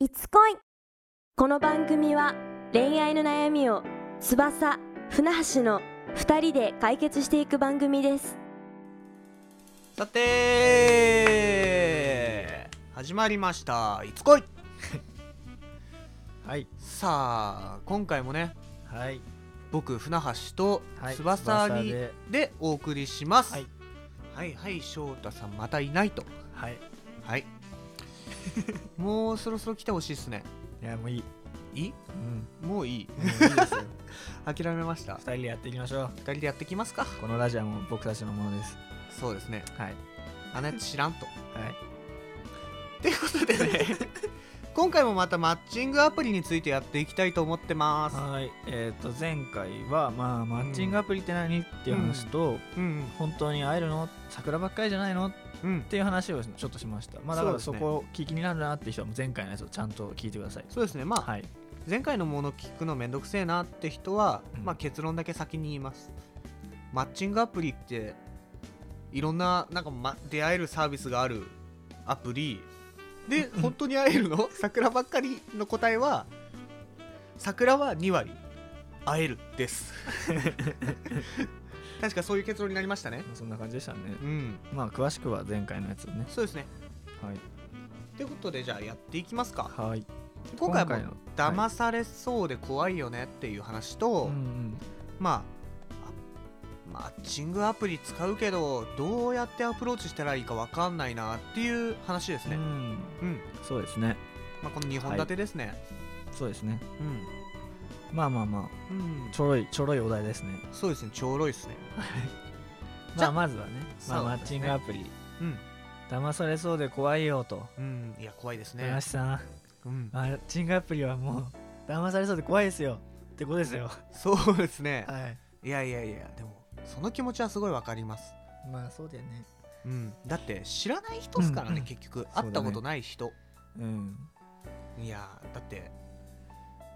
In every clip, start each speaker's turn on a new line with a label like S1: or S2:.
S1: いつ恋この番組は恋愛の悩みを翼船橋の2人で解決していく番組です
S2: さて始まりました「いつこい
S3: はい」
S2: さあ今回もね
S3: はい
S2: 僕船橋と翼に、
S3: で
S2: でお送りしますは
S3: はいい、
S2: はい翔太さんまたいないと
S3: はい
S2: はい もうそろそろ来てほしいっすね
S3: いやもういい
S2: いい
S3: うん
S2: もういい
S3: もういいですよ
S2: 諦めました
S3: 二人でやっていきましょう
S2: 二人でやってきますか
S3: このラジオも僕たちのものです
S2: そうですね
S3: はい
S2: あのやつ知らんと
S3: はい
S2: ということでね 今回もまたマッチングアプリについてやっていきたいと思ってます
S3: はいえっ、と前回はまあマッチングアプリって何、っていう話と、
S2: うん
S3: 本当に会えるの桜ばっかりじゃないのっ
S2: うんうん
S3: ていう話をちょっとしましたまあだから
S2: そ
S3: そう
S2: ですね
S3: こを聞きになるなっていう人は前回のやつをちゃんと聞いてください
S2: そうですねまあ、
S3: はい
S2: 前回のもの聞くのめんどくせえなって人は、
S3: うん
S2: まあ結論だけ先に言いますマッチングアプリっていろんななんか、ま、出会えるサービスがあるアプリで本当に会える の桜ばっかりの答えは桜は2割会えるです 確かそういう結論になりましたね
S3: そんな感じでしたね
S2: うん
S3: まあ詳しくは前回のやつをね
S2: そうですね
S3: はい
S2: ということでじゃあやっていきますか
S3: はい
S2: 今回も
S3: 今回の
S2: 騙されそうで怖いよねっていう話と、
S3: うん
S2: まああマッチングアプリ使うけどどうやってアプローチしたらいいか分かんないなっていう話です
S3: うん、う
S2: ね
S3: ん、
S2: うん、
S3: そうですね
S2: まあ、この2本立てですね、
S3: そうですね
S2: うん
S3: まあまあまあ
S2: うん、
S3: ちょろいちょろいお題ですね
S2: そうですねちょろいっすねじ
S3: ま
S2: ゃ
S3: あまずはね、まあ、
S2: そう
S3: マ
S2: ですね
S3: ッチングアプリ
S2: うん、
S3: 騙されそうで怖いよと
S2: うん、いや怖いですね
S3: 話さん
S2: うん、
S3: マッチングアプリはもう騙されそうで怖いですよってことですよ
S2: そうですね
S3: はい
S2: いやいやいやでもその気持ちはすごい分かります
S3: まあそうだよね
S2: うん、だって知らない人っすからね、
S3: うん
S2: 結局
S3: だね
S2: 会ったことない人、
S3: うん
S2: いやーだって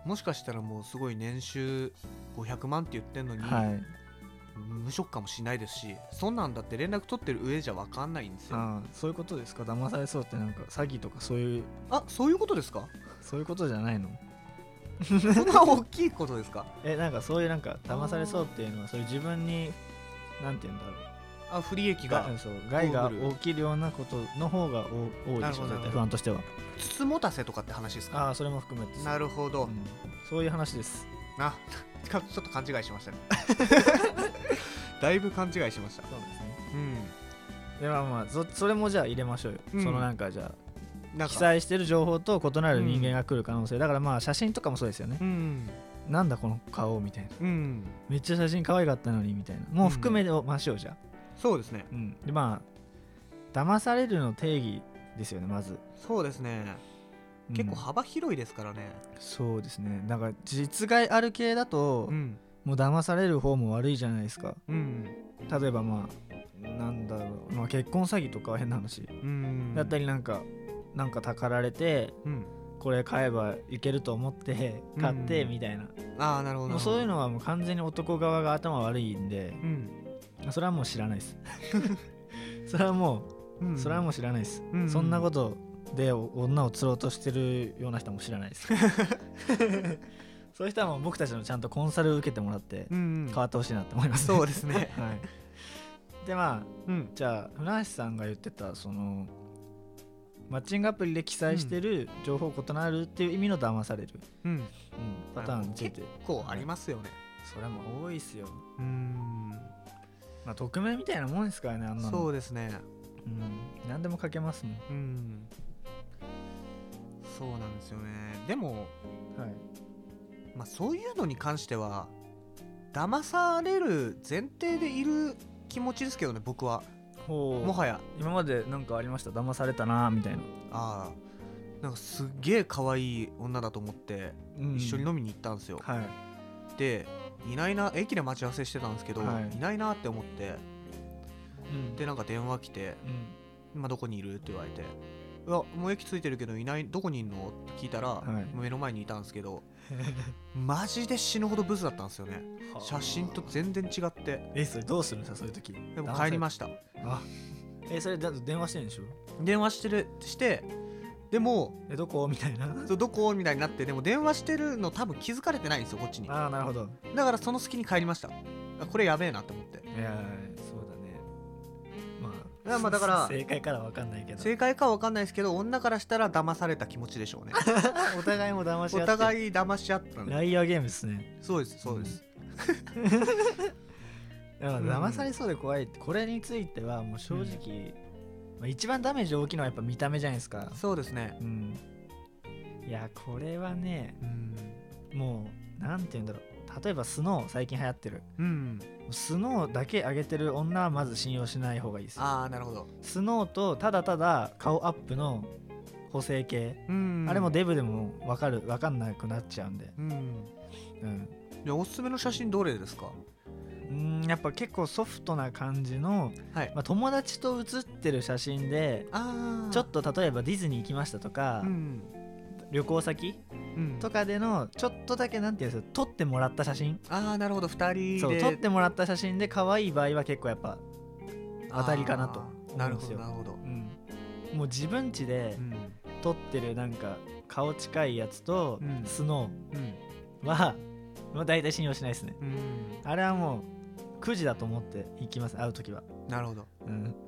S2: もしかしたらもうすごい年収500万って言ってんのに、
S3: はい
S2: 無職かもしれないですしそんなんだって連絡取ってる上じゃ分かんないんですよあ
S3: ああそういうことですか騙されそうってなんか詐欺とかそういう
S2: そういうことです か
S3: そういうことじゃないの
S2: そんな大きいことですか
S3: えなんかそういうなんか騙されそうっていうのはそういう自分になんて言うんだろう
S2: あ不利益が
S3: がそう害が
S2: 被る
S3: 起きるようなことの方がお多い
S2: なる
S3: でし
S2: ほ
S3: ょ
S2: ど
S3: 絶
S2: なるほど
S3: 対不安としては
S2: つつもたせとかって話です
S3: あ
S2: か
S3: あそれも含めて
S2: なるほど、
S3: うんそういう話です
S2: あちょっと勘違いしま したねだいぶ勘違いしました
S3: そうですね
S2: うん
S3: でまあまあそそれもじゃあ入れましょうよ、
S2: うん
S3: そのなんかじゃ
S2: な
S3: あ
S2: ん
S3: 記
S2: か
S3: 載してる情報と異なる人間が来る可能性、だからまあ写真とかもそうですよね
S2: う、ん
S3: なんだこの顔みたいな
S2: うん
S3: めっちゃ写真可愛かったのにみたいなもう含めましょうじゃあ、
S2: そうですね
S3: うんでまあ騙されるの定義ですよねまず、
S2: そうですね
S3: うん
S2: 結構幅広いですからね
S3: そうですねなんか実害ある系だと、
S2: うん
S3: もう騙される方も悪いじゃないですか
S2: うん
S3: 例えばまあなんだろう、まあ、結婚詐欺とかは変な話、
S2: うん
S3: だったりなんかなんかたかられて
S2: うん
S3: これ買えばいけると思って買って
S2: うん
S3: みたいな、
S2: ああなるほどなる
S3: もう
S2: ほど
S3: そういうのはもう完全に男側が頭悪いんで
S2: うん
S3: それはもう知らな いですそれはも
S2: う
S3: う、
S2: ん
S3: それはもう知らないです、
S2: うん
S3: そんなことでお女を釣ろうとしてるような人も知らないです そういう人はもう僕たちのちゃんとコンサル受けてもらって
S2: うん
S3: 変わってほしいなって思います、
S2: そうですね
S3: はいでまあ
S2: うん
S3: じゃあ船橋さんが言ってたそのマッチングアプリで記載してる情報異なるっていう意味の騙される、
S2: うん
S3: うんパターンについて
S2: 結構ありますよね
S3: それはもう多いっすよ
S2: うん
S3: まあ匿名みたいなもんですからねあんなの
S2: そう
S3: う、
S2: ですね
S3: ん、何でも書けますもん
S2: うんそうなんですよねでも、
S3: はい
S2: まあ、そういうのに関しては騙される前提でいる気持ちですけどね僕は
S3: ほう
S2: もはや
S3: 今まで何かありました騙されたなーみたいな、
S2: ああなんかすっげえ可愛い女だと思って一緒に
S3: む
S2: 飲みに行ったんですよ、
S3: はい
S2: でいないな駅で待ち合わせしてたんですけど、
S3: はい
S2: い、ないなって思って
S3: うん
S2: でなんか電話来て
S3: うん
S2: 今どこにいるって言われて「うわもう駅着いてるけどいないどこにいんの?」って聞いたら、
S3: はい
S2: 目の前にいたんですけどマジで死ぬほどブスだったんですよね写真と全然違って
S3: えそれどうするんですかそういう時
S2: でも帰りま
S3: し
S2: した
S3: あえそれだと電話してるんでしょ
S2: 電話してるしてでも
S3: えどこみたいな
S2: そうどこみたいになってでも電話してるの多分気づかれてないんですよこっちに
S3: ああなるほど
S2: だからその隙に帰りましたあこれやべえなと思って
S3: いやーそうだねま
S2: いや
S3: あ
S2: まあだから
S3: 正解からわかんないけど
S2: 正解かは分かんないですけど女からしたら騙された気持ちでし ょうね
S3: お互いも騙し合
S2: お
S3: ってい
S2: 互い騙し合ったんで
S3: ライアーゲームですね
S2: そうですそうです、
S3: だから
S2: うん
S3: 騙されそうで怖いってこれについてはもう正直、まあ、一番ダメージ大きいのはやっぱ見た目じゃないですか
S2: そうですね
S3: うんいやこれはね
S2: うん
S3: もうなんて言うんだろう例えばスノー最近流行ってる
S2: うん
S3: スノーだけ上げてる女はまず信用しない方がいいですよ
S2: ああなるほど
S3: スノーとただただ顔アップの補正系、
S2: うん
S3: あれもデブでも分かる分かんなくなっちゃうんで
S2: うん
S3: うん
S2: じゃあおすすめの写真どれですか
S3: うんやっぱ結構ソフトな感じの、
S2: はい
S3: まあ、友達と写ってる写真で
S2: ああ
S3: ちょっと例えばディズニー行きましたとか、
S2: うん
S3: 旅行先
S2: うん
S3: とかでのちょっとだけなんていうんですか撮ってもらった写真
S2: ああなるほど2人
S3: そう
S2: で
S3: 撮ってもらった写真で可愛い場合は結構やっぱ当たりかなと
S2: あー
S3: 思
S2: な
S3: うん
S2: る
S3: で
S2: ほ
S3: す
S2: ど
S3: よ
S2: なるほど
S3: うん、もう自分家で
S2: うん
S3: 撮ってるなんか顔近いやつと、
S2: うん
S3: スノ
S2: うん
S3: ーは、まあ、大体信用しないですね
S2: うん
S3: あれはもうくじだと思って行きます会う時は
S2: なるほど
S3: うん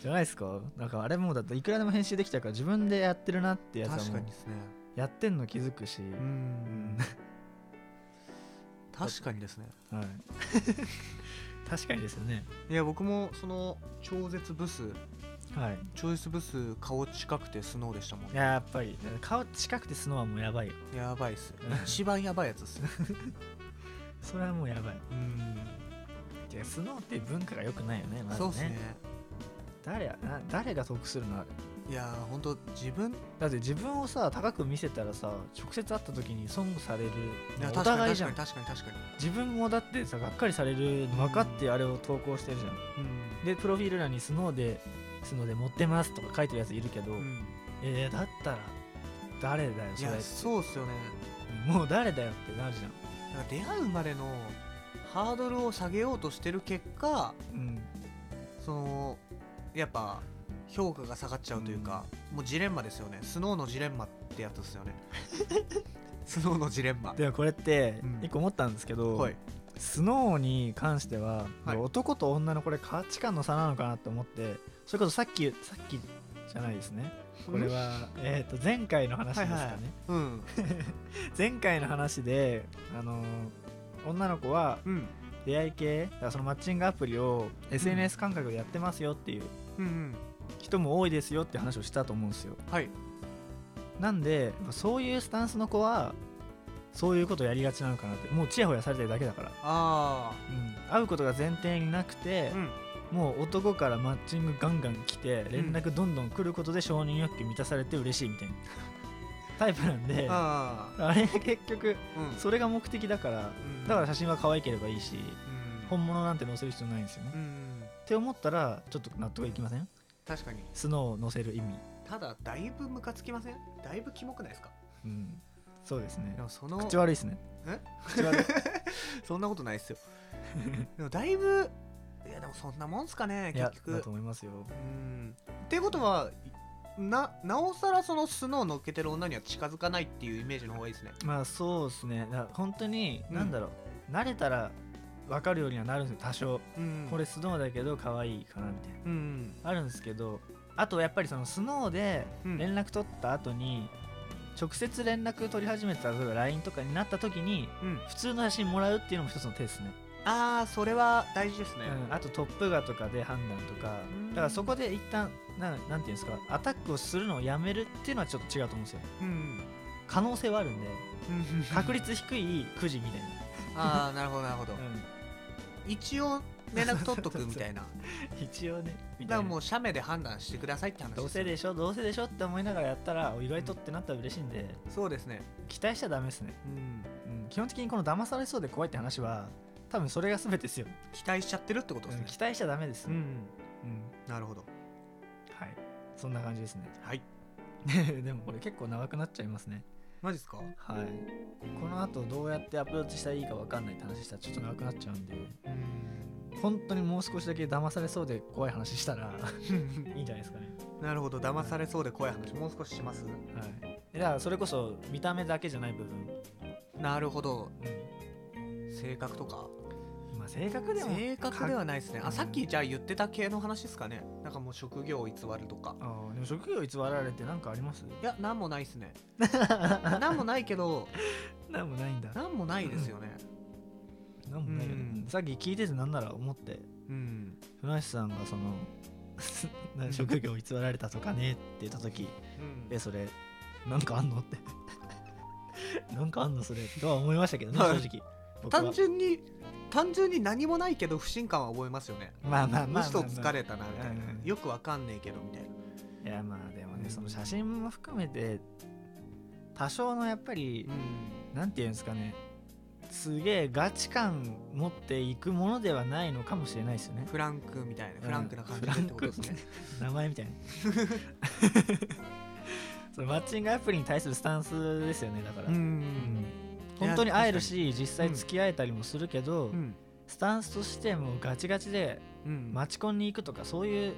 S3: じゃないですかなんかあれもうだっていくらでも編集できちゃうから自分でやってるなってやつは
S2: 確
S3: も
S2: か
S3: う
S2: にですね
S3: やってんの気づくし、
S2: うん 確かにですね
S3: はい、 確かにですよね
S2: いや僕もその超絶ブス
S3: はい
S2: 超絶ブス顔近くてスノーでしたもん
S3: いややっぱり顔近くてスノーはもうやばいよ
S2: やばいっす一番やばいやつっす
S3: それはもうやばい
S2: うん
S3: てかスノーっていう文化が良くないよねまずね
S2: そうっすね
S3: 誰やな誰が得するのあれ
S2: いやーほんと自分
S3: だって自分をさ高く見せたらさ直接会った時に損される
S2: いや
S3: お
S2: 確か
S3: 互い
S2: に
S3: じゃん
S2: 確かに確かに確かに
S3: 自分もだってさがっかりされるの分かってあれを投稿してるじゃん
S2: うん
S3: でプロフィール欄にスノーでスノーで持ってますとか書いてるやついるけど、
S2: うん
S3: えー、だったら誰だよ
S2: い
S3: それ
S2: やそうっすよね
S3: もう誰だよってなるじゃ
S2: なんか出会うまでのハードルを下げようとしてる結果
S3: ん、うん、
S2: そのやっぱ評価が下がっちゃうというか、もうジレンマですよねスノーのジレンマってやつですよ ねスノーのジレンマ
S3: でもこれって
S2: うん
S3: 一個思ったんですけど、
S2: はい
S3: スノーに関しては、
S2: はい
S3: 男と女のこれ価値観の差なのかなと思ってそれこそさっきさっきじゃないですねこれは、えー、と前回の話ですかね、
S2: はいはいうん
S3: 前回の話で、あのー女の子は
S2: うん
S3: 出会い系だからそのマッチングアプリを SNS 感覚でやってますよっていう
S2: うんうん
S3: 人も多いですよって話をしたと思うんですよ
S2: はい
S3: なんでやっぱそういうスタンスの子はそういうことやりがちなのかなってもうちやほやされてるだけだから、
S2: あ
S3: うん、会うことが前提になくて
S2: あ、うん
S3: もう男からマッチングガンガン来て連絡どんどん来ることで承認欲求満たされて嬉しいみたいなタイプなんであ
S2: ああ
S3: れ結局
S2: うん
S3: それが目的だから
S2: うん
S3: だから写真は可愛ければいいし
S2: うん
S3: 本物なんて載せる必要ないんですよね、
S2: う
S3: っ
S2: ん
S3: て思ったらちょっと納得いきません
S2: 確かに
S3: スノーを載せる意味
S2: ただだいぶムカつきませんだいぶキモくないですか
S3: うんそうですね
S2: でもその
S3: 口悪いですね
S2: え
S3: 口悪い
S2: そんなことないっすよ でもだいぶいやでもそんなもんすかね
S3: いや
S2: 結局
S3: だと思いますよ
S2: うんってことはななおさらそのスノー乗っけてる女には近づかないっていうイメージの方がいいですね
S3: まあそうですねだから本当に
S2: うん
S3: なんだろう、慣れたら分かるようにはなるんですよ多少、
S2: うん
S3: これスノーだけど可愛いかなみたいな
S2: うん
S3: あるんですけどあとやっぱりそのスノーで
S2: うん
S3: 連絡取った後に、直接連絡取り始めてた例えば LINE とかになった時に
S2: うん
S3: 普通の写真もらうっていうのも一つの手ですね、
S2: ああそれは大事ですね
S3: うん、あとトップ画とかで判断とか
S2: うん
S3: だからそこで一旦ななんていうんですかアタックをするのをやめるっていうのはちょっと違うと思うんですよ
S2: うん
S3: 可能性はあるんで
S2: うん
S3: 確率低いくじみたい
S2: ああなるほどなるほど
S3: な、
S2: 一応連絡取っとくみた いな
S3: うん、 一応ねみ
S2: だか
S3: たい
S2: ら
S3: な
S2: もう写メで判断してくださいって話
S3: どうせでしょどうせでしょって思いながらやったらお意外とってなったら嬉しいんで
S2: そうですね
S3: 期待しちゃダメですね
S2: うん
S3: うん基本的にこの騙されそうで怖いって話は多分それが全てですよ、
S2: 期待しちゃってるってことです
S3: うん
S2: ね
S3: 期待しちゃダメです、
S2: うん、
S3: うん
S2: なるほど
S3: はいそんな感じですね
S2: はい
S3: でもこれ結構長くなっちゃいますね
S2: マジですか
S3: はいこの後どうやってアプローチしたらいいか分かんないって話したらちょっと長くなっちゃうんで
S2: うん
S3: 本当にもう少しだけ騙されそうで怖い話したらいいんじゃないですかね
S2: なるほど騙されそうで怖い話もう少しします
S3: はい、だからそれこそ見た目だけじゃない部分、
S2: なるほど
S3: う
S2: 性格とか
S3: んまあ、性格でも
S2: 性格ではないですね
S3: う
S2: あ
S3: ん
S2: さっきじゃあ言ってた系の話ですかねなんかもう職業を偽るとか
S3: あーでも職業偽られて何かあります
S2: いやなんもないです ねなんもないけど
S3: なんもないんだ
S2: なんもないですよね
S3: なんもないよね
S2: うん
S3: さっき聞いててなんなら思って
S2: うん
S3: 船橋さんがその な職業偽られたとかねって言った時
S2: うん
S3: えそれなんかあんのって なんかあんのそれとは思いましたけどね
S2: はい
S3: 正直僕は
S2: 単純に単純に何もないけど不信感は覚えますよね
S3: まあまあまあまあ
S2: むしろ疲れたなみたいな
S3: うん
S2: よくわかんねえけどみたいない
S3: やまあでもねその写真も含めて多少のやっぱり、
S2: うん
S3: なんていうんですかねすげえガチ感持っていくものではないのかもしれないですよね
S2: フランクみたいなフランクな感じで
S3: うん
S2: ってことですね
S3: 名前み たいなそのマッチングアプリに対するスタンスですよねだから、
S2: うん
S3: 本当に会えるし実際付き合えたりもするけ
S2: う
S3: ど、
S2: ん
S3: スタンスとしてもうガチガチで
S2: うん
S3: マチコンに行くとかそういう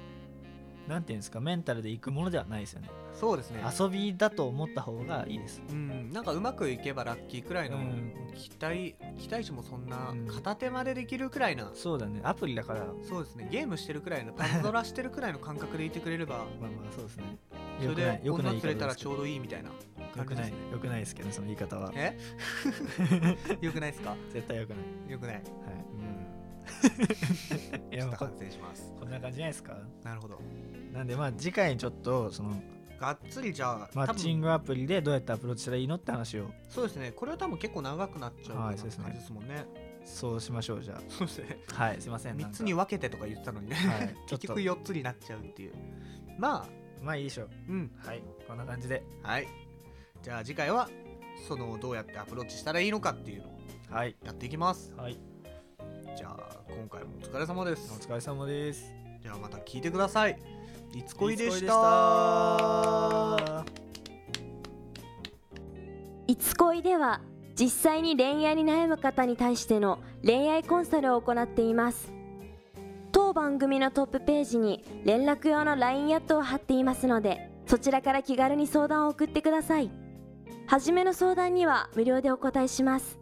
S3: なんていうんですかメンタルで行くものではないですよね
S2: そうですね
S3: 遊びだと思った方がいいです
S2: うん、なんかうまくいけばラッキーくらいの
S3: うん
S2: 期待、期待値もそんな
S3: うん
S2: 片手までできるくらいな、
S3: そうだねアプリだから
S2: そうですねゲームしてるくらいのパズドラしてるくらいの感覚でいてくれれば
S3: まあまあそうですね
S2: それ
S3: よくない
S2: で
S3: よく
S2: 女
S3: ない
S2: 連
S3: 言
S2: れ
S3: い
S2: た
S3: 方で
S2: ら
S3: すけ
S2: ち
S3: ど
S2: ょうどいいみたいな
S3: よ
S2: 感
S3: く
S2: じ
S3: な
S2: で
S3: い
S2: すね
S3: よくないですけどその言い方は
S2: え よくないですか
S3: 絶対よくない、
S2: よくない
S3: は
S2: うん
S3: い、い
S2: ち
S3: や
S2: ょ
S3: も
S2: っ
S3: う
S2: と
S3: こ
S2: 反省します
S3: こんな感じじゃないですか
S2: なるほど
S3: なんでまあ次回ちょっとその
S2: がっつりじゃあ
S3: マッチン
S2: グ
S3: グアプリでどうやってアプローチしたらいいのって話を
S2: そうですねこれは多分結構長くなっちゃうよう
S3: は
S2: ない
S3: そうですね
S2: 感じですもんね
S3: そうしましょうじゃ
S2: そうです ね
S3: あはいすいません
S2: 3つに
S3: は
S2: 分けてとか言ってたのにね、
S3: はいちょ っ
S2: 結
S3: と
S2: 局4つになっちゃうっていうまあ
S3: まあいいでしょう
S2: うん
S3: はいこんな感じで
S2: はいじゃあ次回はそのどうやってアプローチしたらいいのかっていうのを
S3: はい
S2: やっていきます
S3: はい
S2: じゃあ今回もお疲れ様で
S3: お
S2: す
S3: 疲れ様です
S2: じゃあまた聞いてくださいいつこいで
S3: いつこい
S2: し
S3: でしたた
S1: いつ恋では実際に恋愛に悩む方に対しての恋愛コンサルを行っています当番組のトップページに連絡用の LINE アットを貼っていますのでそちらから気軽に相談を送ってください初めの相談には無料でお答えします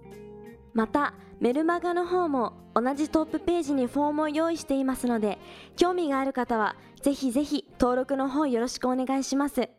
S1: またメルマガの方も同じトップページにフォームを用意していますので興味がある方はぜひぜひ登録の方よろしくお願いします